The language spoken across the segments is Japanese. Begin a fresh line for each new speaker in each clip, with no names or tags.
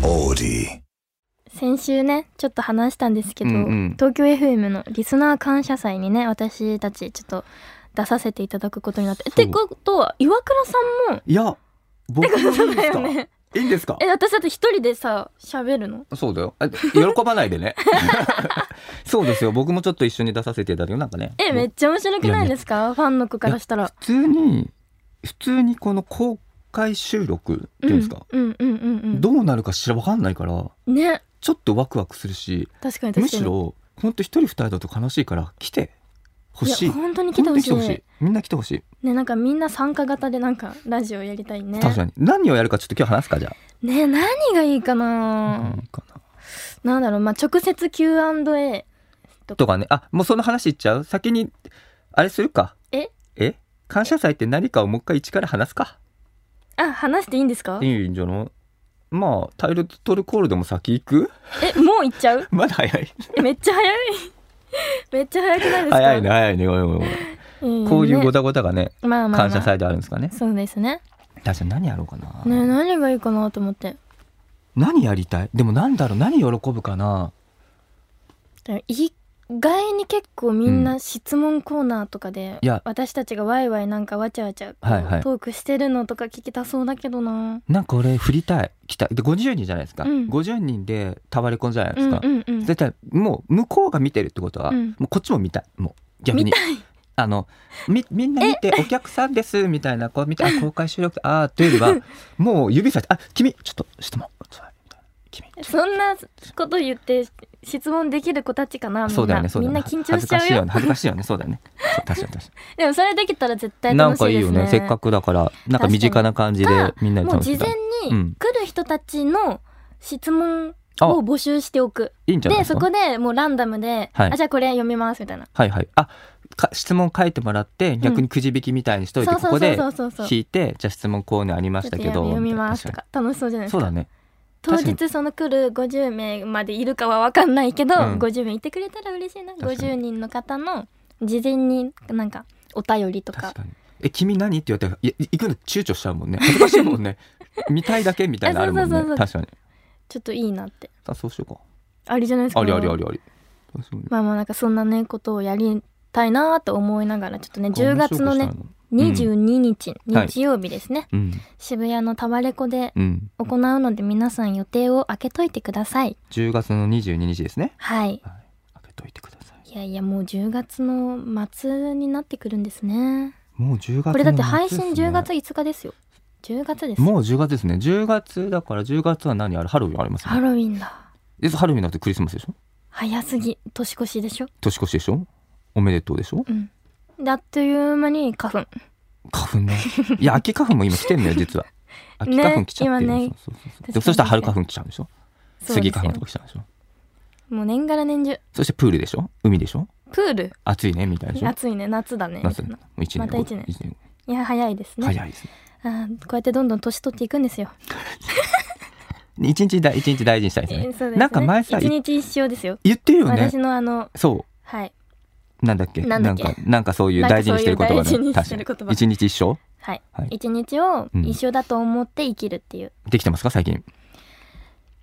City.
先週ねちょっと話したんですけど、
うんうん
東京 FM のリスナー感謝祭にね私たちちょっと出させていただくことになってえっ
そう
てことは岩倉さんも
いや僕もいいん
そう
で
だ
す
よ
か、
ね
いいんですか
え私だって一人でさ喋るの
そうだよあ喜ばないで ねそうですよ僕もちょっと一緒に出させていただきなんかね
えめっちゃ面白くないですか、ファンの子からしたら
普通に普通にこの公開収録っていうんですか、
うん、うんうんうんうん
どうなるか知らわかんないから
ね
ちょっとワクワクするし
確かに確かに
むしろほんと一人二人だと悲しいから来てほしい
いや本当に来てほしい
本当にみんな来てほしい、
ねなんかみんな参加型でなんかラジオやりたいね
確かに何をやるかちょっと今日話すかじゃ
ね何がいいか
あ、
な、
いいかな
なんだろうまあ直接 Q&A
とかねあもうその話いっちゃう先にあれするか
え
え感謝祭って何かをもう一回一から話すか
あ話していいんですか
いいんじゃないまあタイトルコールでも先行く
えもう行っちゃう
まだ早い
え めっちゃ早いめっちゃ早くないですか
早いね早いねごめんごめんごめん
ん
こういう
ね
ごたごたがね
まあまあ、まあ、
感謝祭であるんですかね
そうですね
確かに何やろうかな、
ね何がいいかなと思って
何やりたいでも何だろう何喜ぶかな
で意外に結構みんな質問コーナーとかで、
いや
私たちがワイワイなんかわちゃわちゃこう
はいはい
トークしてるのとか聞きたそうだけどな、
なんか俺振りたい来たいで50人じゃないですか、
うん
50人でタワレコンじゃないで
う
す
ん
か、
うんうん
絶対もう向こうが見てるってことは、
うん
もうこっちも見たいもう逆に
見たい
あのみみんな見てお客さんですみたいなこう見てあ公開収録あーというよりはもう指さしてあ君ちょっと質問ちょっとみたいな君
そんなこと言って質問できる子たちかなみんな
そうだよねそうだ
み
よ
んな
ね
緊張しちゃうよ
恥ずかしいよね恥ずかしいよねそうだよねそう確か に確か
でもそれできたら絶対
になん
楽し
か
い
いい
ですね
よねせっかくだからなんか身近な感じで
確
みんなに
もう
楽し
事
みたい
前
うん
に来る人たちの質問
あ
を募集しておく、
いいんじゃない
で
で
そ
すか
こでもうランダムで、
はい
あじゃあこれ読みますみたいな
はいはい。あ、か質問書いてもらって、逆にくじ引きみたいにしといて、
そう
こ
そ
こ
うそう
で
そうそうそう
引いて、じゃあ質問コーナーありま
ちょ
し
っと
たけ
読
ど、
み読み
みたいな
ますとか楽しそうじゃないです
そう
か
だね。
当
確かに
日その来る50名までいるかは分かんないけど、
うん
50名いてくれたら嬉しいな
確かに
50人の方の事前になんかお便りと
確
か
かに。え、君何って言われたら、いや、い行くの躊躇しちゃうもんね。恥ずかしいもんね。 見たいだけみたいなのあるもん
そうそうそ
ね。
うそう
確かに。
ちょっといいなって
あ、そうしようか。
ありじゃないですか
ありありありあり。確かに
まあまあなんかそんなねことをやりたいなと思いながらちょっとね10月のね。
面白くした
22
いな
日、
はい
日曜日ですね、
うん。
渋谷のタワレコで
うん。
行うので皆さん予定を空けといてください
10月の22日ですね。
はい
はい。開けといてください。
いやいやもう10月の末になってくるんですね
もう10月の
これだって配
夏
信
ですね
10月5日ですよ10月です
もう10月ですね。10月だから10月は何あるハロウィンあります
ハ
ね。
ロウィンだ
えハロウィンだってクリスマスでしょ
早すぎ年越しでしょ
年越しでしょおめでとうでしょ
うんであっという間に花粉
花粉ねいや秋花粉も今来てんのよ 実は秋花粉来ちゃってるんですよ
ね
そうそうそう
今ね
でもそしたら春花粉来ちゃうんでしょ
そうで
杉
すよ
花粉とか来ちゃうんでしょ
もう年がら年中
そしてプールでしょ海でしょ
プール
暑いねみたいでしょ
暑いね夏だねみ
夏
たい
も
な
う一年後
また一年
一年
いや早いです
後
ね、
早いですね
あーこうやってどんどん年取っていくんですよ
一日だ一日大事にしたいです
え
ね
ーそうですね
なんか前さ
一日一生ですよ
言ってるよね
私のあの
そ
はい、
うなんだっけ
なんだっけ
かなんかそういう大事にしてる言葉
なんかそういう
ね
大事にしてる言葉
確かに一日一生
はい
はい
一日を
うん
一緒だと思って生きるっていう、
できてますか最近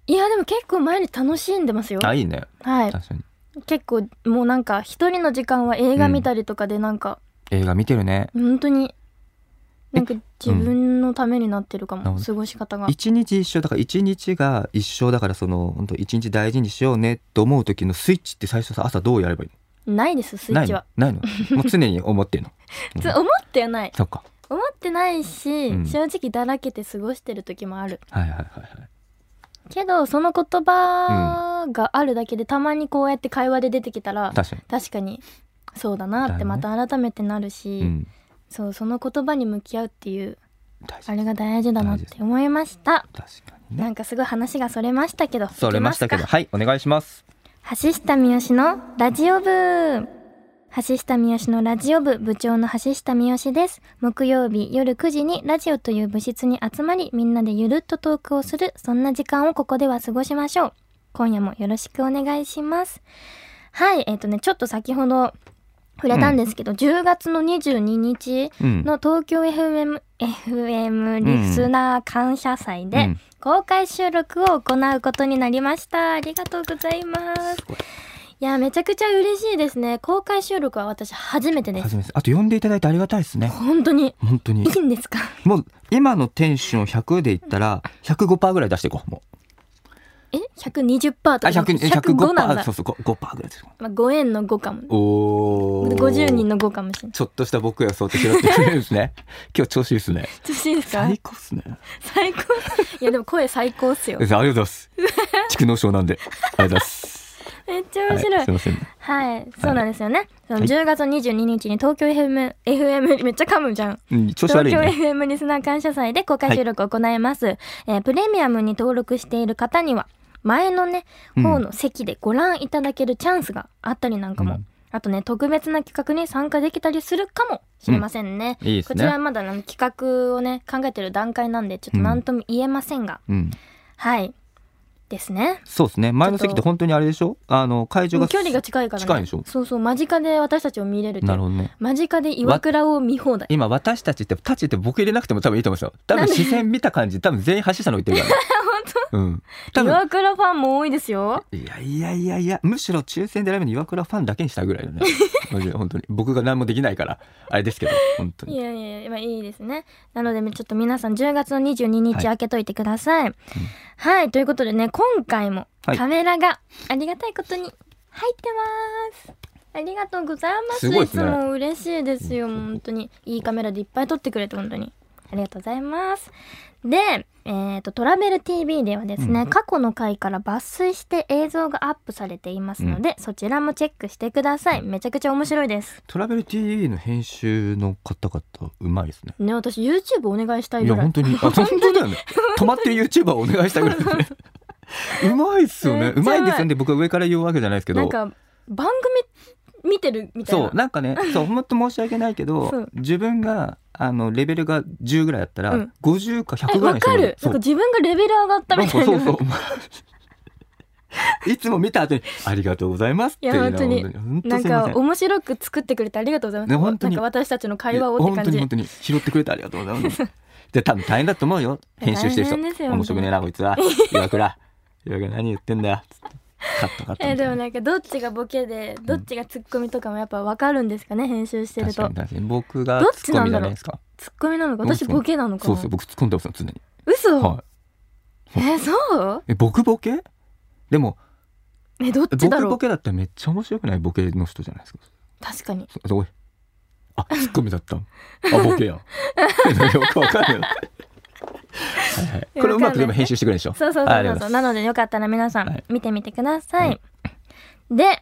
いやでも結構毎日楽しんでますよ
あいいね
はい
確かに
結構もうなんか一人の時間は映画見たりとかでなんか、
映画見てるね
本当になんか自分のためになってるか
なる
も、
ほど
過ごし方が
一日一緒だから一日が一緒だからその本当一日大事にしようねと思う時のスイッチって最初さ朝どうやればいい
ないですスイ
の
ッ
ない
チ
の
は
ないのもう常に思ってん の
つ思ってはない
そっか
思ってないし、
うん
正直だらけて過ごしてる時もある
はいはいはいはい
けどその言葉があるだけでたまにこうやって会話で出てきたら
確かに
確かにそうだなって
だよ
ま
ね
た改めてなるし、
うん
そうその言葉に向き合うっていう
大事
あれが大事だなって思いました
確かに
な
ね
んかすごい話がそれましたけど
それましたけど
行き
はいお願いします
ますか橋下三好のラジオ部橋下三好のラジオ部部長の橋下三好です木曜日夜9時にラジオという部室に集まりみんなでゆるっとトークをするそんな時間をここでは過ごしましょう今夜もよろしくお願いしますはいえっ、とねちょっと先ほど触れたんですけど、10月の22日
うん
の東京 FM, FM リスナー感謝祭
う
で
ん
公開収録を行うことになりました。ありがとうございます。
ごい
いや、めちゃくちゃ嬉しいですね。公開収録は私初めてです。
初めてですあと呼んでいただいてありがたいですね
本当に。
本当に
いいんですか
もう今のテンション100でいったら105%ぐらい出していこうもう
え ?120% とか
あ100
105なんだ
そう。そう 5%, 5ぐらいです
まあ、ご縁の5かも。
おお
50人の5かもしれない。
ちょっとした僕やそうって拾ってくれるんです ね今日調子いいですね
調子いいですか
最高っすね
最高。 いや、でも声最高っすよ
あり。がとうござ います蓄能症なんでありがとうございます
めっちゃ面白い
は。すいません
はい、そうなんですよね。その
はい
10月22日に東京 FM、FM、めっちゃ噛むじゃん。
うん調子
東
悪い
京
ね
FM リスナー感謝祭で公開収録を行います。えープレミアムに登録している方には、前のね、
うん
方の席でご覧いただけるチャンスがあったりなんかも、
うん
あとね、特別な企画に参加できたりするかもしれませんね。
いいです
こちらは
ね
まだあの企画をね、考えてる段階なんで、ちょっと何とも言えませんが、
うん
はい。ですね。
そうですね前の席って本当にあれでしょあの会場
距
が
離が近いからね。
近いでしょ
そうそう、間近で私たちを見れるという
なるほどね
間近で岩倉を見放題。
今私たちってタチって僕入れなくても多分いいと思うんですよ多分視線見た感じ多分全員橋下の置いてる から、ね、本当うん多分
岩倉ファンも多いですよ。
いやいやいやいやむしろ抽選で選ぶの岩倉ファンだけにしたぐらいだね マジで本当に僕が何もできないからあれですけど本当
い
に
やいやいや、まあ、いいですね。なので、ちょっと皆さん10月の22日開けといてください。はい、ということでね、今回も
はい
カメラがありがたいことに入ってます。ありがとうございます。
すごい
い
です
つ
ね
も嬉しいですよ、本当に。いいカメラでいっぱい撮ってくれて、本当に。ありがとうございます。で、えっ、と、トラベル TV ではですね、
うん
過去の回から抜粋して映像がアップされていますので、そちらもチェックしてください。めちゃくちゃ面白いです。
トラベル TV の編集の方々うまいですね
ね、私 YouTube お願いしたい
い
ぐ
や
らい。
本当にあ 本当だよね止まって YouTuber お願いしたぐらいです ねうまいっすよ
めっ
ね
ちゃう
う
ま
ま
い
いですよね僕は上から言うわけじゃないですけど
なんか番組見てるみたいな
そうなん かねそう本当申し訳ないけ
そ
ど
う
自分があのレベルが10ぐらいだったら、
うん
50か100
え
ぐら
わ
いにして
か
も
る
そ
なん
う
か自分がレベル上がったみたいな
なんかそうそう いつも見た後に「ありがとうございます」っていうのはい
や本当に
本当
なん
すいませ
か
ん
面白く作ってくれてありがとうございます、
ね本当に
なんか私たちの会話をって
本
感
当に
じ
本当に拾ってくれてありがとうございます で多分大変だと思うよ編集してる人
大変ですよ
面白くねえなこいつは岩倉岩倉何言ってんだよつってカットカット
え
み
で
た
も
いな
なんかどっちがボケでどっちがツッコミとかもやっぱわかるんですかね編集してる
確か
と
に確かに僕が
どっ
ツ
ち
ッコ
な
ミ
ん
じ
だろう
ゃないですか
ツッコミなのか私ボケなのか
そう
な
ですよ僕突っ込んでますよ常に
嘘、
はい
えそう
え僕ボケでも
えどっちだ
僕
ろう
ボケだったらめっちゃ面白くないボケの人じゃないですか
確かに
そそおいあツッコミ だったあボケやん よくわかるよはいはいこれうまくでも編集してくれるでしょ
そうそう
あ
そ
あ
う
り
そ
が
うそう
とござ
ない
ま
のでよかったら皆さ
は
ん
い
見てみてください、
は
で
す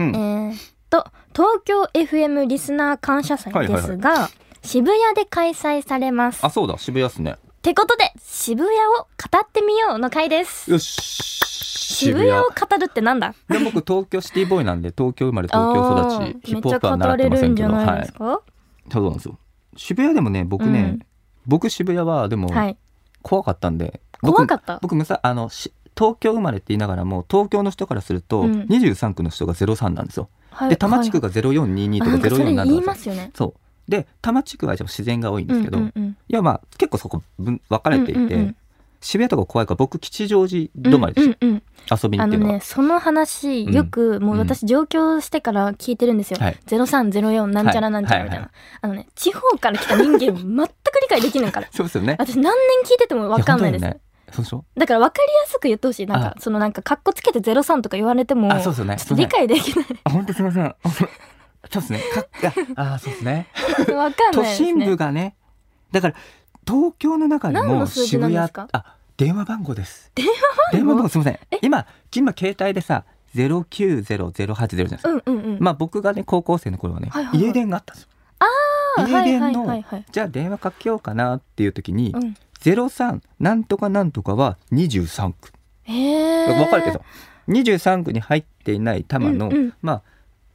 うん
えーっと東京 FM リスナー感謝祭ですが、渋谷で開催されます。
あ
っ
そうだ渋谷っすね
てことで渋谷を語ってみようの回です。
よし
渋谷を語るってなんだ
でも僕東京シティボーイなんで東京生まれ東京育
あ
ち
ー
ヒ
め
ッ
っ
プ
ち
ホ
ゃ
ップは
語
習っ
れ
てま
る
せん
ん
け
じゃ
ど
ない
は
で
い
すか、
そうなんですよ渋谷でもね僕ね、
うん
僕渋谷はでも
はい、
怖かったんで、僕
怖かった
僕むさあのし東京生まれって言いながらも東京の人からすると、
うん
23区の人が03なんですよ。
はい
で多摩地区が0422とか
はいあなんかそれ
04なん
言い
だ
ますよね。
そうで多摩地区はやっぱ自然が多いんですけど、
うんう
い
んうん
やまあ結構そこ分分かれてい
う
て、
んうんうん
渋谷とか怖いから僕吉祥寺止まりです、
うんうんうん
遊びに行
あ
っ
の
ていうのは、
ねその話よく、もう私上京してから聞いてるんですよ。
はい
0304なんちゃらなんちゃらみたいな、
はいはいは
あのね地方から来た 人間全く理解できないから。
そうですよね
私何年聞いてても分かんないです
や本当だよねそうでしょ
だから分かりやすく言ってほしいなんか
あ
そのなんかカッコつけて03とか言われても
あそうですよね
ちょっと理解できない
あ本当すみませんあそうそうですねかいやあーそうですね
分かんないです
都
ね
心部がねだから東京の中で
何
も
の数字
渋
なん
谷
ですか
あ電話番号です電
番号
話番号すみません今今携帯でさ090080じゃないですか、
うんうんうん、
まあ僕がね高校生の頃はね、
はいはいはい
家電があったんですよ
あー
家電の、
はいはいはい
じゃあ電話かけようかなっていう時に、
はい、うん、
03なんとかなんとかは23区
へー
分かれてるんですよ23区に入っていない多摩の、
うんうん
まあ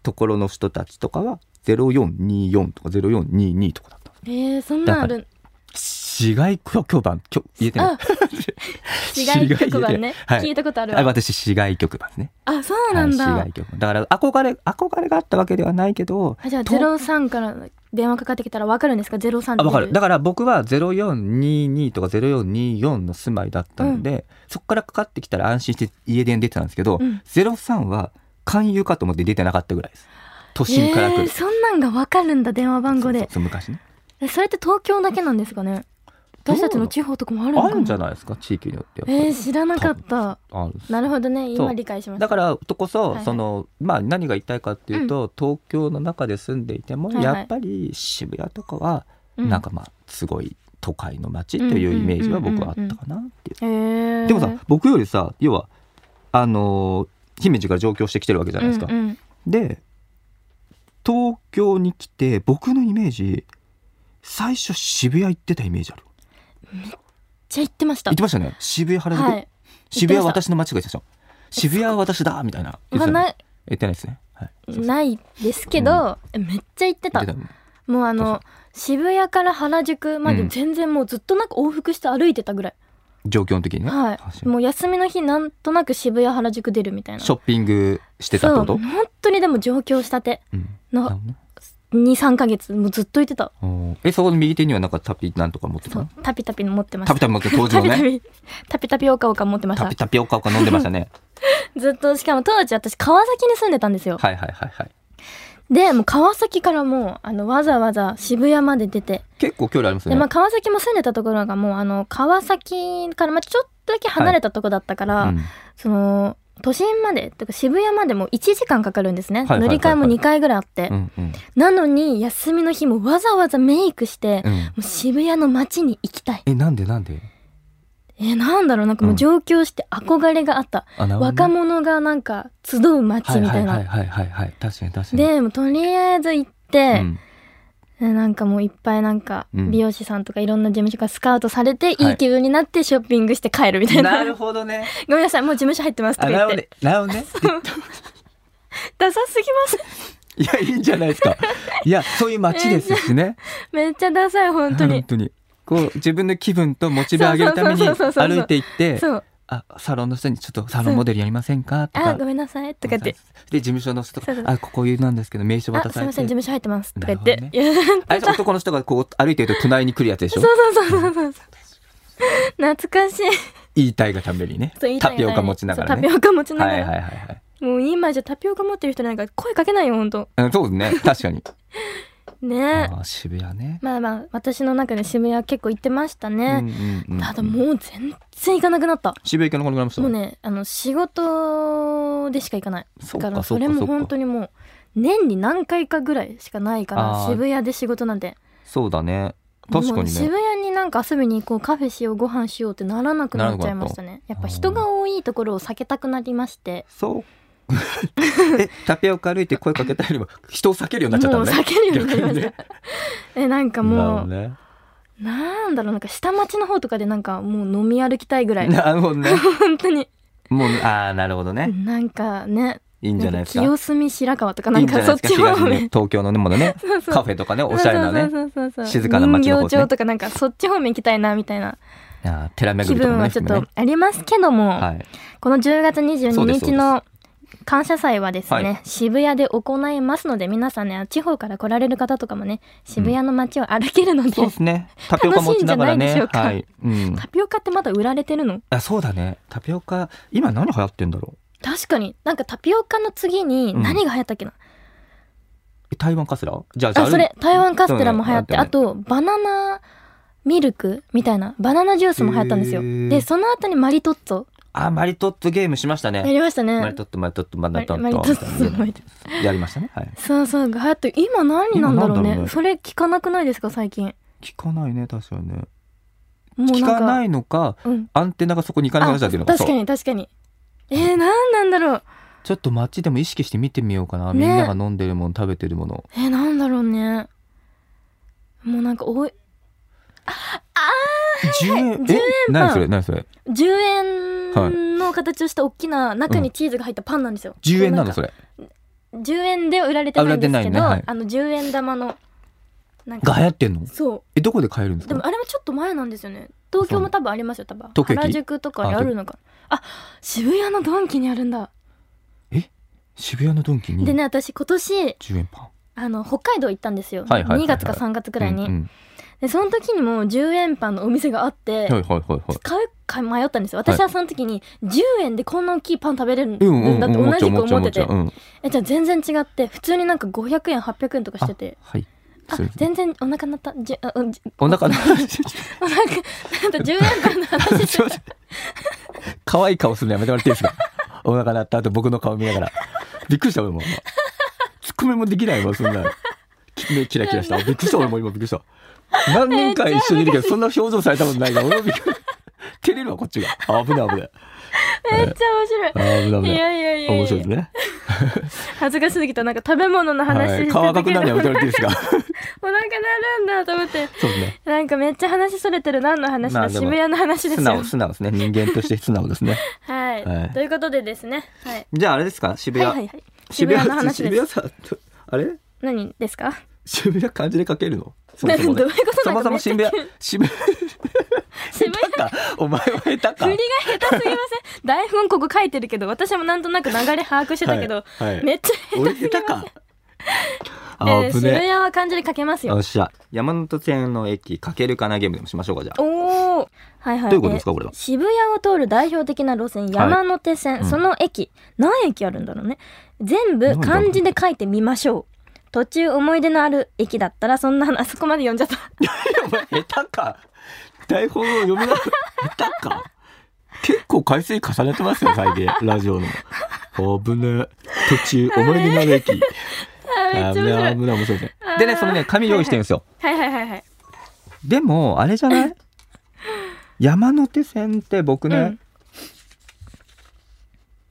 ところの人たちとかは0424とか0422とかだったんです
えー、そんなんある
シ市街局番、今日言えてない
あ。市街局番ね、
はい
聞いたことある
あ
わ
私市街局番ですね。
あそうなんだ、
はい、市街局番だから憧れ憧れがあったわけではないけど、
あじゃあ
と
ゼロ三から電話かかってきたらわかるんですかゼロ三
あわかる。だ
か
から僕は0422とか0424の住まいだったんで、そこからかかってきたら安心して家電出てたんですけど、
うん
03は勧誘かと思って出てなかったぐらいです。都心から来
え
る。
ーそんなんがわかるんだ電話番号
そう
で
そうそう昔ね。
えそれって東京だけなんですかね
どう
私たちの地方とかもあるのか
あ
な
るんじゃないですか地域によって
えー、知らなかった
あるんです
なるほどね
そ
今
う
理解しまし
だ
た
からこそ、
いはい
そのまあ何が言いたいかっていうと、東京の中で住んでいても、
はいはい
やっぱり渋谷とかは、
うん
なんかまあすごい都会の街というイメージは僕はあったかなっていう。
えー、
でもさ僕よりさ要はあのー姫路から上京してきてるわけじゃないですか。
うんうん
で東京に来て僕のイメージ最初渋谷行ってたイメージある。
じゃあ言ってました
行ってましたね渋谷原宿、
はい
渋谷は私の街が言ってたでしょ渋谷は私だみたいな言っ
まあ
てた
な
よね言ってないですね。はいそうそう
ないですけど、めっちゃ行ってた
言ってた
もうあ
そ
の渋谷から原宿まで
うん
全然もうずっとなんか往復して歩いてたぐらい、
状況の時にね、
はい
走る
もう休みの日なんとなく渋谷原宿出るみたいな
ショッピングしてたってこと
そう本当にでも上京したて
うんなる
の
ほどね
23ヶ月もうずっと行ってた
おーえそこの右手にはなんかタピなんとか持ってた
そう
の
タピタピ持ってまし
タ
た
ピタピ持って当時の
タ
ね
ピタピタピタピオカオカ持ってまし
タ
た
ピタピおかおか飲んでましたね
ずっとしかも当時私川崎に住んでたんですよ、
はいはいはいはい
でもう川崎からもうあのわざわざ渋谷まで出て
結構距離あります
で、
ね、
まあ、川崎も住んでたところがもうあの川崎からまあちょっとだけ離れたとこだったから、
うん
その都心までとか渋谷までも1時間かかるんですね、
はいはいはいはい
乗り換えも2回ぐらいあって、
うんうん
なのに休みの日もわざわざメイクして、
う
も
ん
う渋谷の街に行きたい
えなんでなんで
えなんだろうなんかもう上京して憧れがあった、
あなるほどね
若者がなんか集う街みたいな、
はいはいはいはい、はい、確かに確かに
でもうとりあえず行って
う、ん
でなんかもういっぱいなんか
うん
美容師さんとかいろんな事務所からスカウトされて、
はい
いい気分になってショッピングして帰るみたいな
なるほどね
ごめんなさいもう事務所入ってますと
あ
か
なる
言っ
ほど
て
ねなるほど ね
ダサすぎます
いやいいんじゃないですかいやそういう街ですしね
めっちゃダサい本当 に
こう自分の気分とモチベ上げるために
そうそうそうそうそう
歩いていって
そう
あサロンの人にちょっとサロンモデルやりませんかと
あ
か
ごめんなさいとか言って
で事務所の人とか
そうそう
あここいうなんですけど名刺
あ
渡
す
さ
い
れ
ません事
て
務所入ってますとか言っ
な
て
るほ
いや
あれ男の人がこう歩いてると隣に来るやつでし
そ
ょ
うそうそうそうそう懐かしい
言いたいがためにね
そう言いたい
タ
よ
ピオカ持ちながらね
そうタピオカ持ちな
は
が
い
ら、
はいはいはい
もう今じゃタピオカ持ってる人なんか声かけないよ本当
うんそうですね確かに
ね
あー渋谷ね
まあまあ私の中で渋谷結構行ってました
うん
ね、
うんうん
ただもう全然行かなくなった
渋谷行かなくなりました
もうねあの仕事でしか行かない
そう
だか
からそ
そう
か
れ
そ
も
う
本
か
当にもう年に何回かぐらいしかないから
あー
渋谷で仕事なんて
そうだね確
も
か
う
に
渋
ね
谷になんか遊びに行こうカフェしようご飯しようってならなくなっちゃいましたねやっぱ人が多いところを避けたくなりまして
そう えタピオカ歩いて声かけたよりも人を避けるようになっちゃった
もう
のね
避けるようになりました、 えなんかもう
なる
なんだろうなんか下町の方とかでなんかもう飲み歩きたいぐら
ほどね。
い
なるほどね。
本当に
もう、ああ、なるほどね。
なんかね
いいんじゃないですか。いいん
清澄白河とかなん
じゃ
か
な
そ
いで
っ
す
ち
か。東
方
に
面
東京 のねものね、
そうそう
カフェとかね、おしゃれなね、
そうそうそうそう
静かな街の方ね
人形町とかなんかそっち方面行きたいなみたいな
あー寺
気
巡りとか
分
もね、
はちょっ
含め
と
ね。
ありますけども、
はい。
この10月
そ
22
うですそう
日
で
の感謝祭はですね、
はい
渋谷で行いますので皆さんね地方から来られる方とかもね渋谷の街を歩けるので、
そうですね。タピオカ持ちながら
楽しいんじゃないでしょ
ね
う。か
はい。うん。
タピオカってまだ売られてるの
あ、そうだね。タピオカ、今何流行ってんだろう
確かになんかタピオカの次に
うん
何が流行ったっけな、
え。台湾カステラじゃあ、じゃ
あそれ台湾カステラも流行って、
そうね
あとバナナミルクみたいなバナナジュースも流行ったんですよ
へー
でその後にマリトッツォ
あ、マリトッツォゲームしました
や
ね。
りましたね
マリトッツォ、マリトッツォ、マリトッツォ。
マリマリトッツォマリト
やりましたね。はい。
そうそうが流行って今何なんだろうね
今なんだろうね
それ聞かなくないですか最近
聞かないね、確かにね。
もう
聞
なんか
かないのか、
うん
アンテナがそこに行かなくなっちゃうっていうの
あ確かに確かにえー、何なんだろう
ちょっと街でも意識して見てみようかな、
ね
みんなが飲んでるもの食べてるもの
えー、なんだろうねもうなんかおい
10円
10円
え
パン
何それ何それ
10
は
円の形をした大きな中にチーズが入ったパンなんですよ、
10円なの
こ
それ
うなんか10円では売られてないんです
あ売られ
け
てな
どあ、
いねはい
の10円玉のなん
が
か
流行ってんの
そ
えどこで買えるんで
う
す
でも
か
あれもちょっと前なんですよね東京も多分ありますよ多分
東京駅
原宿とかにあるのかあ渋谷のドンキにあるんだ、
渋谷のドンキに
でね私今年
10円パ
あの北海道行ったんですよ、
はいはいはいはい
2月か3月く
ン
らいに、
うんうん
でその時にも10円パンのお店があって、
はいはいはいはい
買うか迷ったんですよ私はその時に10円でこんな大きいパン食べれるん
うんうん
だって
うん
同じく思って
ちゃ
て
ううん
えじゃあ全然違って普通になんか500円800円とかしてて
はい
あ
そうです
全然お腹なったじゅあうんじゅ
お腹の
お腹なんか10円パンの話
すいません可愛い顔するのやめてもらっていいで すかお腹鳴った後僕の顔見ながらびっくりした俺もツッコミもできないもんそんな目キラキラしたびっくりした俺も今びっくりした何年間一緒にいるけどそんな表情されたことないから俺もびっくり照れるわこっちがあ危ない危ない
めっちゃ
あ危ない
面白い
危
い
な
や
い
いやいやいや
面白いですね
恥ずかしすぎたなんか食べ物の話
は
して
い
る
顔
だ
赤
け
く
で
なるのやめてもらっていいですか
お腹なるんだと思って
そうですね
なんかめっちゃ話それてる何の話
ま
だ
あでも
渋谷の話です
素
よ
直素直ですね人間として素直ですね
はい、
はい
ということでですねはい
じゃああれですか渋
はいはい
谷、
はい渋谷の話
渋
で
谷
す
さあれ
何ですか
渋谷漢字で書けるのそ
な
も
ん
そ
どう
も
い
ね
うこと
そ
な
も
んか
そ
め
も
っちゃ
渋谷渋谷
渋谷
かお前は下手か
振りが下手すぎません台本ここ書いてるけど私もなんとなく流れ把握してたけど、
はいはい
めっちゃ
俺下手か
えー
あぶ
渋谷
ね
は漢字で書けます
えよ
よ
っしゃ山手線の駅かけるかなゲームでもしましょうかじゃあ
おおはいはい
どういうことですかこれは
えー渋谷を通る代表的な路線山手線、
うん
その駅何駅あるんだろうね全部漢字で書いてみましょう途中思い出のある駅だったらそんなのあそこまで読んじゃった
お前下手か台本を読みながら下手か結構回数重ねてますよ最近ラジオのあぶね途中思い出のある駅
あーめ
あ
っ
ぶ
ちゃ面
ね
白
あ
い
ぶね面白いですね
あー
でねそのね紙用意してるんですよ
はいはいはいはい
でもあれじゃない山手線って僕ね、
うん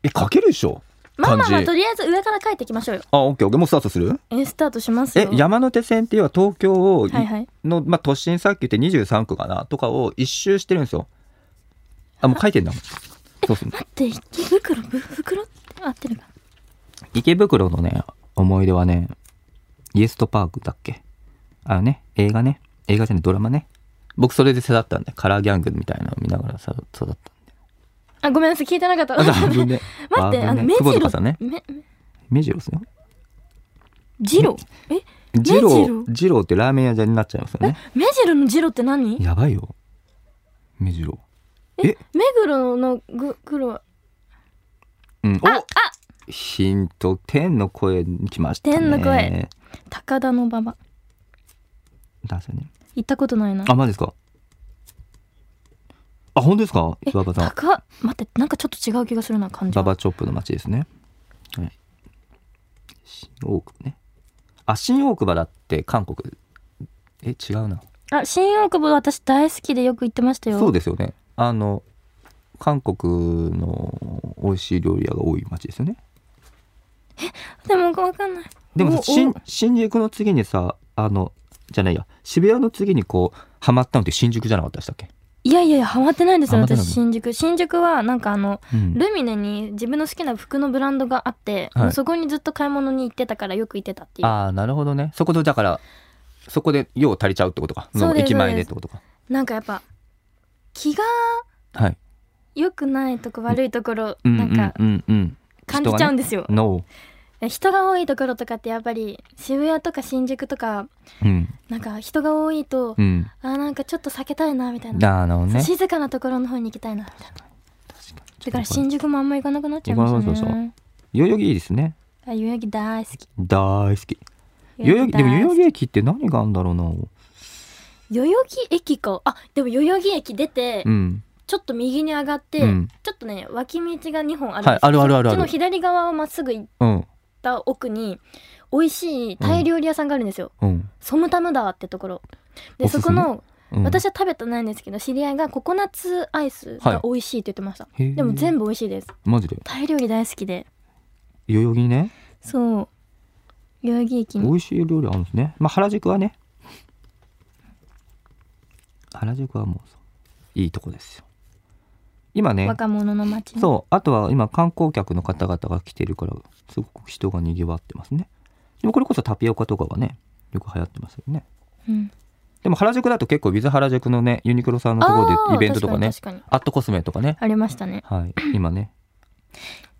え書けるでしょ
まあまあまあ
漢字
とりあえず上から書いていきましょうよ
あオッケーオッケーもうスタートする
えースタートします
え
よ
山手線って要は東京をい
はいはい
の、まあ、都心さっき言って23区かなとかを一周してるんですよあもう書いてんだもんそうそう
で池袋ぶ袋って合ってるかな
池袋のね思い出はねイエストパークだっけあのね映画ね映画じゃないドラマね僕それで育ったんでカラーギャングみたいなの見ながらさ育った
あごめんなさい聞いてなか った
あだ危ね
待って、あ
危
の、
ね
目
久保
白
田さんね
め、
目白ですよ
ジロえ、
ジロ
目
ー
白
ジローってラーメン屋じゃになっちゃいますよね
目白のジロって何
やばいよ目白
え
え、
目黒のぐ、黒は、
うん
あ、あ、
おヒント天の声に来ましたね
天の声高田の馬場。
だそうね
行ったことないな。
あマジですかあ本当ですか
え、
ババさん
高、待って、なんかちょっと違う気がするな、感じ
バ
は。
バチョップの街ですねはい新大久保ねあ新大久保だって韓国え違うな
あ、新大久保私大好きでよく行ってましたよ。
そうですよねあの韓国の美味しい料理屋が多い街ですよね
でもわかんない。
でも
お
さ新新宿の次にさあのじゃないや渋谷の次にこうハマったのって新宿じゃなかったでしたっけ、
いやいやいや、ハマってないですよ、
ハマってない
私、新宿。新宿は、なんかあの、
うん、
ルミネに自分の好きな服のブランドがあって、
はい
もうそこにずっと買い物に行ってたからよく行ってたっていう。
ああなるほどねそこでだからそこで用足りちゃうってことか
そうです
駅前
そうで
ですってことか
なんかやっぱ、気が
はい
良くないとこ悪いところ
うんう
なん
ん
か
うんうん
感じちゃうんですよ、
ノ
人が多いところとかってやっぱり渋谷とか新宿とか
ーうん
なんか人が多いと、
うん
あーなんかちょっと避けたいなみたいな、
なるほどね
静かなところの方に行きたいなみたいなだから
新
新宿もあんま行かなくなっちゃいました
行かなくなっ
ね
代々木いいですね
あ代々木大好き
大好き代々木でも代々木駅って何があるんだろうな
代々木駅かあでも代々木駅出て、
うん
ちょっと右に上がって、
うん
ちょっとね脇道が2本あるんですよ
はいあるあるあるあ
その
る
左側をまっすぐ行っ
うん
た奥に美味しいタイ料理屋さんがあるんですよ、
うん
ソムタムダーってところで
おすす
そ
め
この
うん
私は食べてないんですけど知り合いがココナッツアイスが美味しいって言ってました、
へー
でも全部美味しいです
マジで
タイ料理大好きで
代々木ね
そう代々木駅
美
に
味しい料理あるんですね。まあ原宿はね。原宿はもうそういいとこですよ。今ね、
若者の街う
そう、あとは今観光客の方々が来てるから、すごく人が賑わってますね。でもこれこそタピオカとかがね、よく流行ってますよね。
うん、
でも原宿だと結構ウィズ原宿のねユニクロさんのところ
あー
でイベントとかね
確かに確か
アットコスメとかね
にありましたね
はい今ね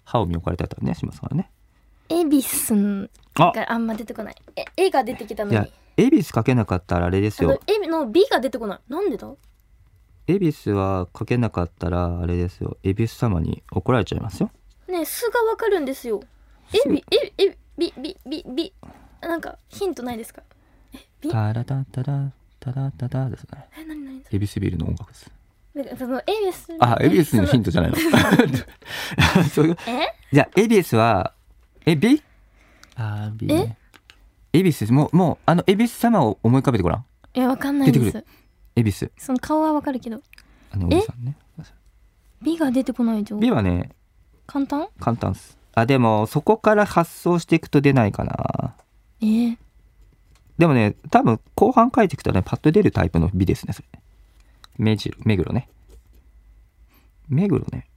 歯を見置かれたりとかねしますからね
恵比寿
あ
があんま出てこないえ絵が出てきたの
いや
に
恵比寿かけなかったらあれです
あの
よ
絵の B が出てこないなんでだ
恵比寿はかけなかったらあれですよ恵比寿様に怒られちゃいますよ
ねえすがわかるんですよえびええびびびびなんかヒントないですかえび
タラタタラタラタラですね
え何何
恵比寿ビルの音楽です
なんかその恵比寿
あ恵比寿のヒントじゃないのそういう
そのえ
じゃあ恵比寿はエビあービね恵比寿もうもうあの恵比寿様を思い浮かべてごらん
いやわかんないで
出て
す
恵比寿
その顔はわかるけど
あのおじさんね
B が出てこないじゃん
ビはね
簡単
簡単っすあでもそこから発想していくと出ないかな
えー、
でもね多分後半書いていくとねパッと出るタイプの美ですねそれ目白目黒ね目黒ね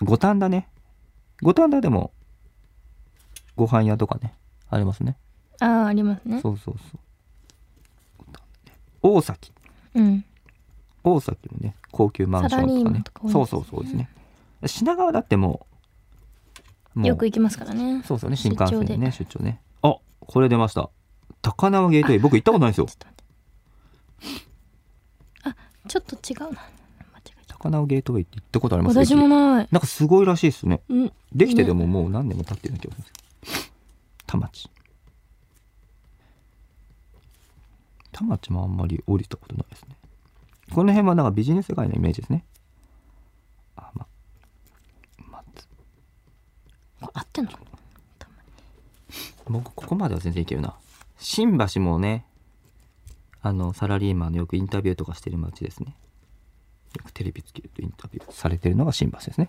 五反田ね五反田でもご飯屋とかねありますね
あーありますね
そうそうそう五反田ね大崎
うん
大崎もね高級マンション
サラ
と
リー
か
マ
ね
ンとか多いです
そ
ね
うそうそうですね品川だってもうもう
よく行きますからね
そうそうね
出
新
張で
幹線でね出張ねあこれ出ました高輪ゲートウェイ僕行ったことないん
ち
です
ょ
よ
っと待ってあちょっと違うな間違えた
高輪ゲートウェイって行ったことあります
私もない
なんかすごいらしいですね
うん
できてでももう何年も経ってるんだけど田町田町もあんまり降りたことないですねこの辺はなんかビジネス街のイメージですねあま松
これ合ってんのかな
僕ここまでは全然いけるな新橋もねあのサラリーマンのよくインタビューとかしてる街ですねよくテレビつけるとインタビューされてるのが新橋ですね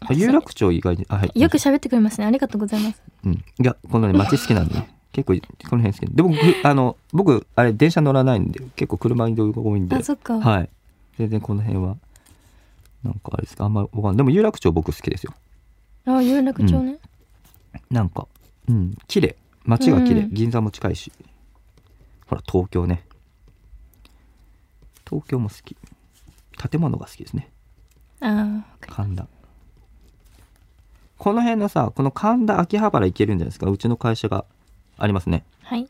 あ有楽町以外にあ、はい、
よく喋ってくれますねありがとうございます
うんいやこのね街好きなんでね結構この辺好きでも僕あの僕あれ電車乗らないんで結構車移動が多いんで
あそっか
はい全然この辺はなんかあれですかあんまりわかんないでも有楽町僕好きですよ
あ有楽町ね
なんか、うん、綺麗。街が綺麗、
うん
銀座も近いし。ほら、東京ね。東京も好き。建物が好きですね。
あーわかる
神田。この辺のさ、この神田秋葉原行けるんじゃないですか。うちの会社がありますね。
はい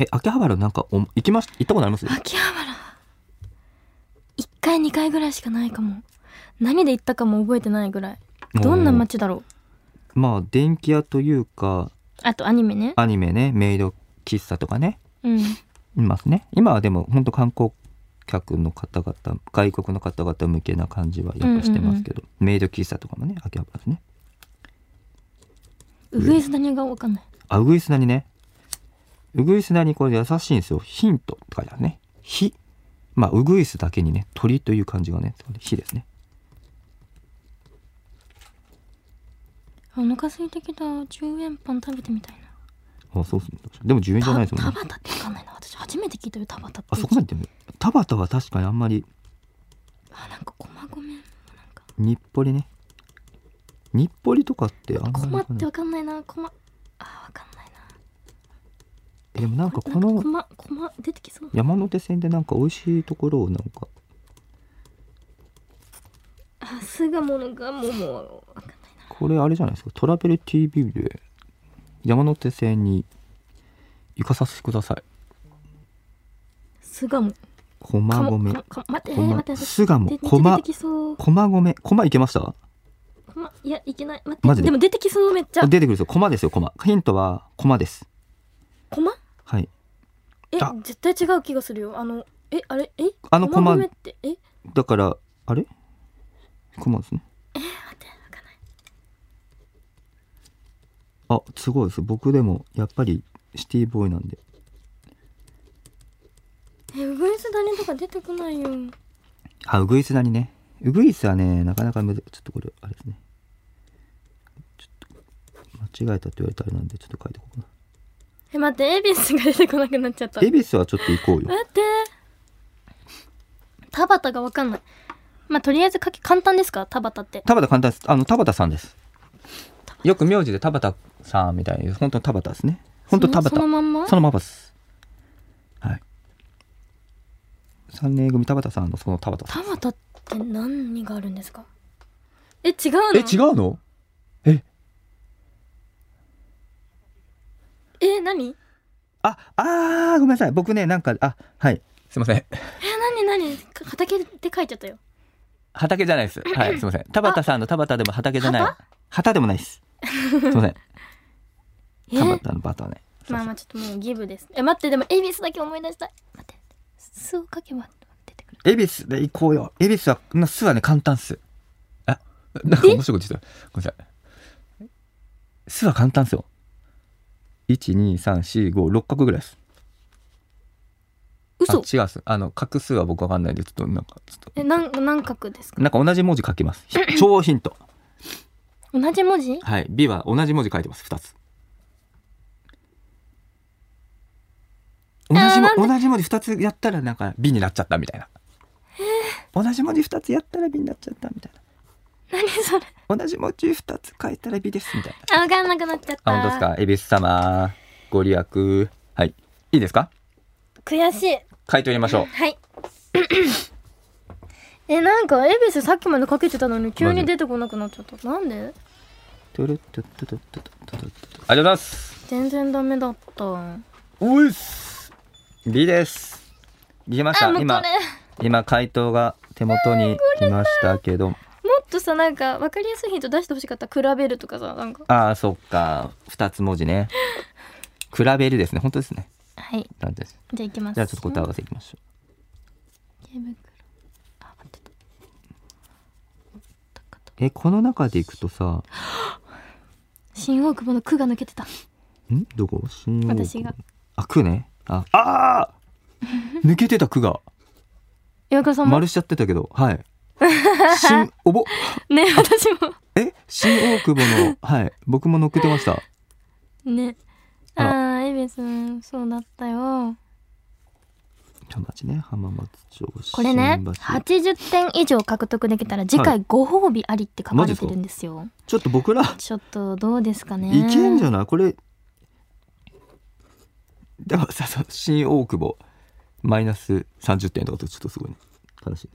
え、秋葉原なんかお行きまし、行ったことあります
秋葉原1回2回ぐらいしかないかも何で行ったかも覚えてないぐらいどんな街だろう
まあ、電気屋というか、
あとアニメね
アニメね、メイド喫茶とかね。
うん
いますね今はでも本当観光客の方々外国の方々向けな感じはやっぱしてますけど、メイド喫茶とかもね秋葉原ですね
うぐいす何がわかんない
あうぐいすなにねうぐいすなにこれ優しいんですよヒントって書いてあるね「ひ」まあうぐいすだけにね鳥という漢字がね「ひ」ですね
あお腹空いてきた10円パン食べてみたいな
あそうっすねでも10円じゃないですも
た
んね
田畑ってわかんないな私初めて聞いたよ田畑って
あそこまで言っても田畑は確かにあんまり
あなんか駒込なんか
日暮里ね日暮里とかってあんまり
駒
わ
っ
かん
てわかんな
ない
いな駒あわかんないな
でもなんかこの
駒駒出てきそう
山手線でなんか美味しいところをなんか
あ巣鴨のがももわかんない
これあれじゃないですかトラベル TV で山手線に行かさせてください
巣鴨
駒
かも
込
かか待って
駒
待って
巣鴨
でめっちゃ
駒
出てきそう
駒込駒行けました
駒いやいけない待
マ
って
ジで
でも出てきそうめっちゃ
出てくるんですよ駒ですよ駒ヒントは駒です
駒
はい
え
あ
絶対違う気がするよあのえあれえ
あの駒
込ってえ
だからあれ駒ですね
待ってわかんない
あすごいです僕でもやっぱりシティボーイなんで
えウグイス谷とか出てこないよ
あうぐいすだにねうぐいすはねなかなかむずちょっとこれあれですねちょっと間違えたって言われたらあれなんでちょっと書いておこうかな
え待ってエビスが出てこなくなっちゃった
恵比寿はちょっと行こうよ。
待って田畑がわかんないまあとりあえず書き簡単ですか田畑って
田畑簡単です。あの田畑さんです。よく名字で田畑さんみたいに、本当に田畑ですね。本当食べ
そ
た
のそのまんま
そのままですはい3年組田畑さんのその田畑さん
田畑って何があるんですかえ違うの
え違うのえ
え何
ああーごめんなさい僕ねなんかあはいすいません
え何何か畑で書いちゃったよ
畑じゃないですはいすいません田畑さんの田畑でも畑じゃない畑でもないですすいません
え
田畑のバターねすい
まあ
ません
まあちょっともうギブですえ待ってでも恵比寿だけ思い出したい待って酢をかけば出てくる
恵比寿で行こうよ恵比寿はまあ酢はね簡単っすあなんか
え
面白いこと言ってたごめんなさい酢は簡単っすよ12345角ぐらいです
嘘
あ違うっすあの画数は僕わかんないんでちょっとなんかちょっ
えなん何画です
と
か
なんか同じ文字書きますひ超ヒント
同じ文字
はい美は同じ文字書いてます二つ同
あー
じ
なん
も
で
同じ文字二つやったらなんか美になっちゃったみたいな同じ文字二つやったら美になっちゃったみたいな
何そ れ
同じ文字2つ書いたら美ですみたいな。
あ分かんなくなっちゃった
あ、本当ですか。恵比寿様、ご利益。はい。いいですか
悔しい
回答入れましょう。
はい えなんか恵比寿さっきまでかけてたのに急に出てこなくなっちゃったなんで
トゥルットゥットゥトゥトゥトゥトゥトゥトゥありがとうございます。
全然ダメだった
おいっす。美です。できまし
あ
た。
もうこれも
今、今回答が手元に来ましたけど。
っとさなんか分かりやすいヒント出してほしかった比べるとかさなんか
ああ、そっか。二つ文字ね。比べるですね。本当ですね。
はい
なんです。
じゃあいきます
じゃあちょっと答え合わせいきましょ
池袋あ合ってた
う。え、この中でいくとさ、
新大久保の区が抜けてた
んどこ新大久保
私が
あ区ねああー抜けてた区が
岩倉さんも
丸しちゃってたけどはい新おぼ
ね私も
え新大久保のはい僕も乗っけてました
ね
あ
ああ恵比寿そうだったよ
ちょっと待ちね浜松町新橋
これね80点以上獲得できたら次
は
回ご褒美ありって書かれてるんですよ、
ちょっと僕ら
ちょっとどうですかね
いけんじゃないこれでもさそう新大久保マイナス30点とかとちょっとすごいね悲しい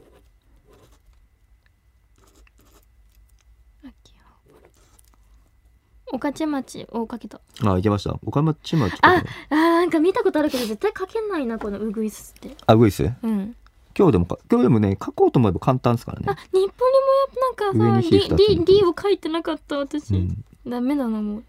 御徒町をかけた
あいけました岡山町町
ああーなんか見たことあるけど絶対かけないなこのウグイスって
あウグイス
うん
今日でもか今日でもね書こうと思えば簡単ですからね
あ日本にもやっぱなんかさ
上に火二つ
D, D, D を書いてなかった私、
うん
ダメだなもう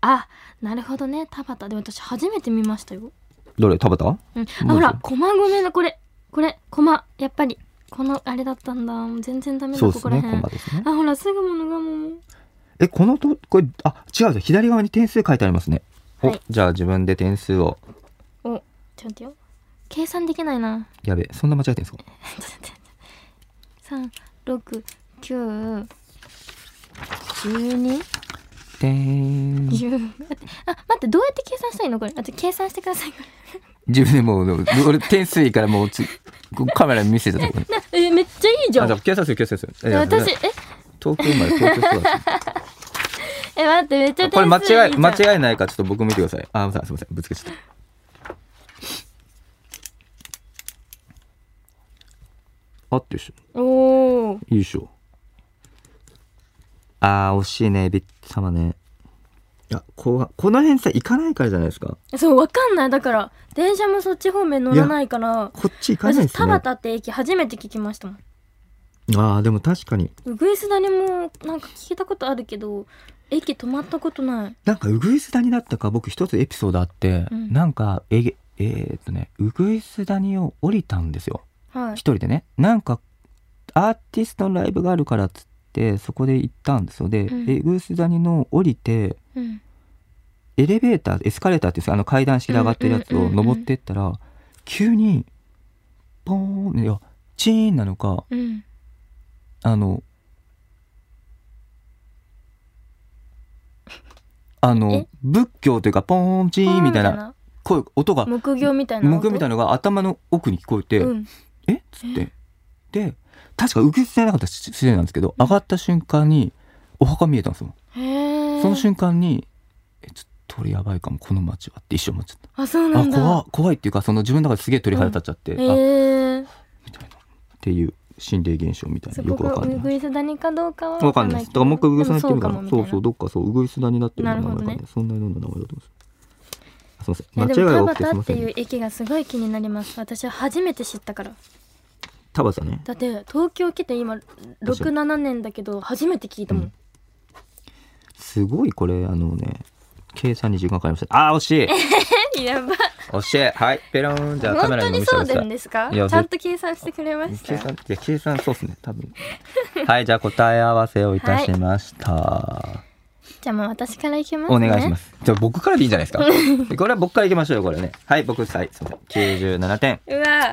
あなるほどね田畑でも私初めて見ましたよ、
どれ田畑
うん、
う
あ
ぞ
ほら駒込のこれこれ駒やっぱりこのあれだったんだもう全然ダメだ
そう
こ
です
こら
ね、
辺、
駒ですね。
あほらすぐものがもう
え、このと、これ、あ、違うぞ、左側に点数書いてありますね。
は
お
い、
じゃあ自分で点数を。
おちょっと待ってよ計算できないな
やべえ、そんな間違えてんすか
三六九十二
点
十あ待ってどうやって計算したらいいのこれあと計算してくださいこ
自分でもう、でも俺点数いいからもうつ、こうカメラ見せてたとこ
れなえめっちゃいいじゃ
あ、
ん
じゃあ、警察よ、警察よ。え
私え
東京生まれ、東京 育ち。
え待ってめっちゃ
これ間
点数いいじゃ
違
ん
い、間違いないか、ちょっと僕見てください。あ、すいませんすいません、ぶつけちゃった。あってるでしょ。
おお
いいでしょ。あー、惜しいね、エビ様ね。いや、こう、この辺さ、行かないからじゃないですか。
そうわかんないだから電車もそっち方面乗らないから
こっち行かないで
私
す
田
ね。あ
畑って駅初めて聞きましたもん
ー、でも確かに。
うぐいすだにもなんか聞いたことあるけど駅止まったことない
なんか、うぐいす谷だったか、僕一つエピソードあって、
うん
なんか、えげ、えーっとね、うぐいす谷を降りたんですよ。
はい
一人でね。なんか、アーティストのライブがあるからっつって、そこで行ったんですよ。で、
うん
うぐいす谷の降りて、
うん
エレベーターエスカレーターっていうんですかあの階段式で上がってるやつ
うんうんう
を
んうん
登ってったら急にポーンいやチーンなのか
うん
あのあの
え
仏教というかポーンチーンみたいな声音が
木魚みたいな
むくみたい
な
なのが頭の奥に聞こえて、
うん
えっつってで確か受け付けなかったし失礼なんですけど上がった瞬間にお墓見えたんですよ
へえ
その瞬間にえちょっ鳥やばいかもこの街はって一瞬思っちゃっ
あ、そう
た
な
あ
んだ。
怖怖いっていうかその自分の中ですげえ鳥肌立っちゃって、
ええ
あ
ー。
みたいなっていう心霊現象みたい
そ
なよ
こ
くわ
が
か
ウ
ん
グ
ない
イスダニかどうかは
わかんないですだからもう一回ウグイスダニ行ってみ
か
た
も
ら
みたいな
そうそうどっかそうウグイスダニになってるよう
なるほどね
名前かそんなような名前だと
い
思い
やで
ますあすいません間違い
も
が
田
起きてすい
端
ま
っ
せ
て
ん
いう駅がすごい気になります私は初めて知ったから
田畑ね
だって東京来て今
確かに
67年だけど初めて聞いたもん、
うんすごいこれあのね計算に時間かかりましたあー惜しい
えやば
惜しいはいペロンじゃあカ
本
メラ
当
にも
に
見せ
そう
ました
なんですか
いや
ちゃんと計算してくれました
計算いや計算そうですね多分はいじゃあ答え合わせをいたしました、
じゃあもう私からいきますね
お願いしますじゃあ僕からでいいんじゃないですかこれは僕からいきましょうよこれねはい僕はいすいません97点
うわ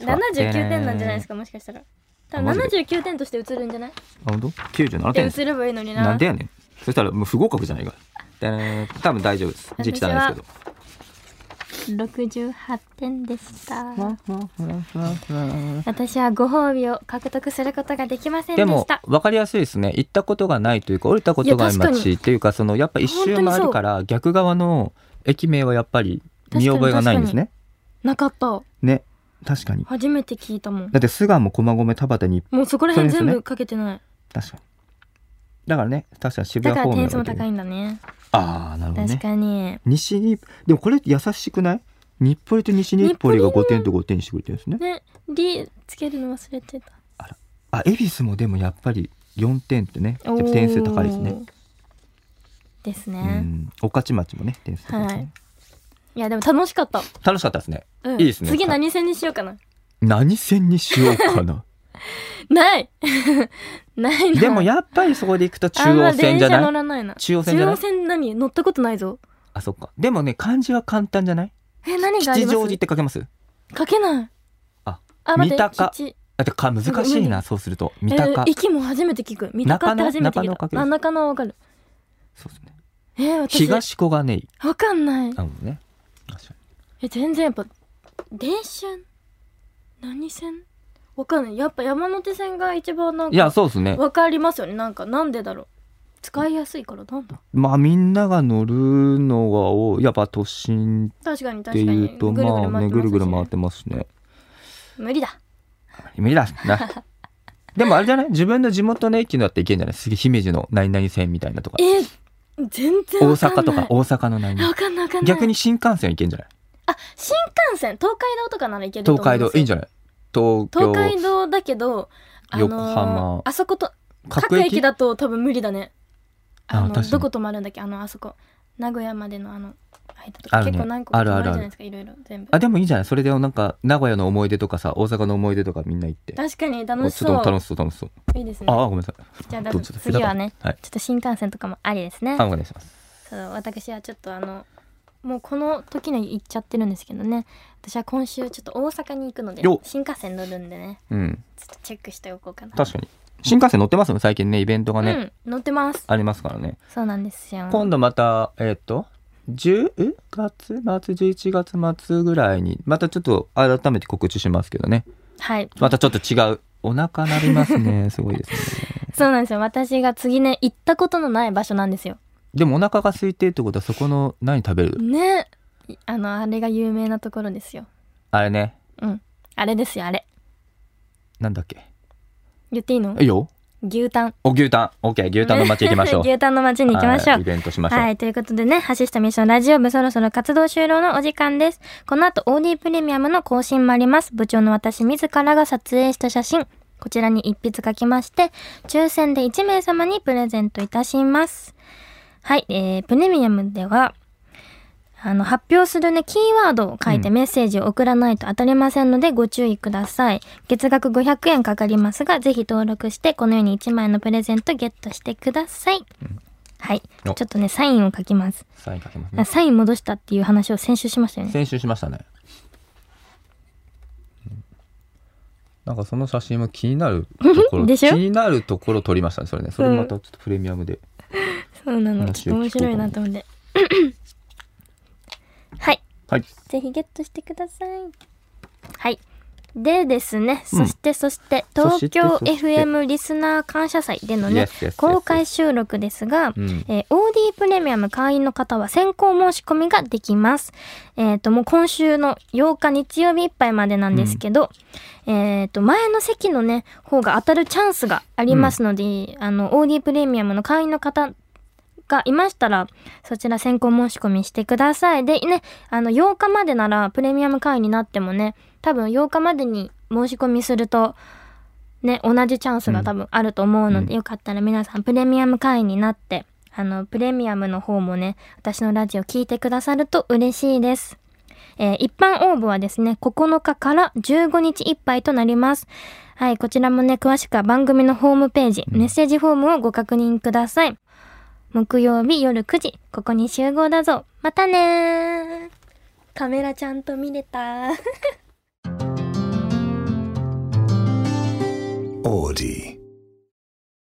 待
79
ってね
点なんじゃないですかもしかしたら多分
あマジで
79点として映るんじゃない
あ本当97
で
点
映ればいいのにな
なんでやねんそしたらもう不合格じゃないかでね多分大丈夫です字汚いですけ
私は
ど
68点でした
で
私はご褒美を獲得することができませんでし
も
た
分かりやすいですね行ったことがないというか降りたことがない
いや確か
街
に
っていうかそのやっぱ一周回るから逆側の駅名はやっぱり見覚えがないんですね
なかった
ね確かに
初めて聞いたもん
だって巣鴨駒込田畑に
もうそこら辺全部かけてない、
確かにだからね確かに渋
だ
谷
か
方
ら
面
点数も高
い
いんだね
ああなるほど
確
ね
かに
西にでもこれ優しくない日暮里と西日暮里が5点と5点にしてくれてるんですね
ね「り」つけるの忘れてた
あ恵比寿もでもやっぱり4点ってねやっぱ点数高いですね
おーです
う
ね、
ん御徒町もね点数高いですね、
はいいやでも楽しかった、
楽しかったですね
うん、
いいですね
次何戦にしようかな
何線にしようか な
ない ないな
でもやっぱりそこで行くと中
あんま
央線じゃ
電車乗
ない
らないな
中央線じゃない
中央線何乗ったことないぞ
あそっかでもね漢字は簡単じゃない
え何があり
吉
ます
祥寺って書けます
書けない
あ
待って
三鷹
吉
あてか難しいなそうすると三
え
鷹、
ー駅も初めて聞く三鷹って初めて聞い
中野中野を書け
た
る
あ中野はわかる
そうですね
えー、私
東小金井
わかんない
あもうね確か
え全然やっぱ電車何線わかんないやっぱ山手線が一番なん
にいや
か
そうですね
わかりますよねなんかなんでだろう使いやすいからなんだ
まあみんなが乗るのが多いやっぱ都心
確かに
っ
確
て
かに
いうとまあねぐるぐる回ってますしね
無理だ
無理だなでもあれじゃない自分の地元の駅のだっていけんじゃないすげえ姫路の何々線みたいなとか
えー全
大
然わかんない
阪とか大阪の何
あ
々
わかんないわかんない
逆に新幹線いけんじゃない
あ新幹線東海道とかならいけると
東
思うんで
海
す
道
よ
いいんじゃない東京
東海道だけど、あのー
横浜
あそこと各
各
駅
駅
だと多分無理だね
あ
あの
確かに
どこ泊まるんだっけあのあそこ名古屋までのあの間とか、
あるね
結構何個か泊まるじゃない
あるあるあ
で
る
すかいろいろ全部
あでもいいんじゃないそれでなんか名古屋の思い出とかさ大阪の思い出とかみんな行って
確かに楽し
ち
そ
ょっと
う
楽しそう楽しそう
いいですね
ああごめんなさい
じゃあだ
どっちだ
次はね
はい
ちょっと新幹線とかもありですね
あお願いします
そう私はちょっとあのもうこの時に行っちゃってるんですけどね私は今週ちょっと大阪に行くので
よっ
新幹線乗るんでね
うん
ちょっとチェックしておこうかな
確かに新幹線乗ってますね最近ねイベントがね、
うん乗ってます
ありますからね
そうなんですよ
今度またえっ、と10え月末11月末ぐらいにまたちょっと改めて告知しますけどね
はい
またちょっと違うお腹鳴りま すねすごいですね
そうなんですよ。私が次ね、行ったことのない場所なんですよ。
でもお腹が空いてるってことはそこの何食べる、
ね。いあの、あれが有名なところですよ。
あれね
うん。あれですよ、あれ。
なんだっけ
言っていいの
いいよ
牛タン。
お牛タンオッケー牛タンの街行きましょう
牛タンの街に行きましょ
は
う
いイ。ベントしましょう、
はい、ということでね、橋下美少ラジオ部そろそろ活動終了のお時間です。この後 OD プレミアムの更新もあります。部長の私自らが撮影した写真、こちらに一筆書きまして、抽選で1名様にプレゼントいたします。はい、えー、プレミアムでは、あの、発表するね、キーワードを書いてメッセージを送らないと当たりませんのでご注意ください。月額500円かかりますが、ぜひ登録して、このように1枚のプレゼントゲットしてください。はい。ちょ
お
っとね、サインを書きます。
サインかけますね
サイン戻したっていう話を先週しましたよね。
先週しましたねなんかその写真も気になるところ
でしょ
気になるところ撮りましたねそれねそれもまたちょっとプレミアムで、
そうなの。
話
ち
を
ょっと
聞
面白い
こうかな
なと思って。 はい。
はい
ぜひゲットしてください。はい。でですね、
う
そ
ん
してそして
そ
東
して
京
そして
FM リスナー感謝祭でのね
Yes, yes, yes, yes.
公開収録ですが、
うん
えー OD プレミアム会員の方は先行申し込みができます。えっ、ともう今週の8日日曜日いっぱいまでなんですけど、えっ、と前の席のね方が当たるチャンスがありますので、あの OD プレミアムの会員の方がいましたら、そちら先行申し込みしてください。で、ね、あの、8日までならプレミアム会員になってもね、多分8日までに申し込みすると、ね、同じチャンスが多分あると思うので、よかったら皆さんプレミアム会員になって、あの、プレミアムの方もね、私のラジオ聞いてくださると嬉しいです。えー一般応募はですね、9日から15日いっぱいとなります。はい、こちらもね、詳しくは番組のホームページ、メッセージフォームをご確認ください。木曜日夜9時、ここに集合だぞ。またねー。カメラちゃんと見れた。
Audi.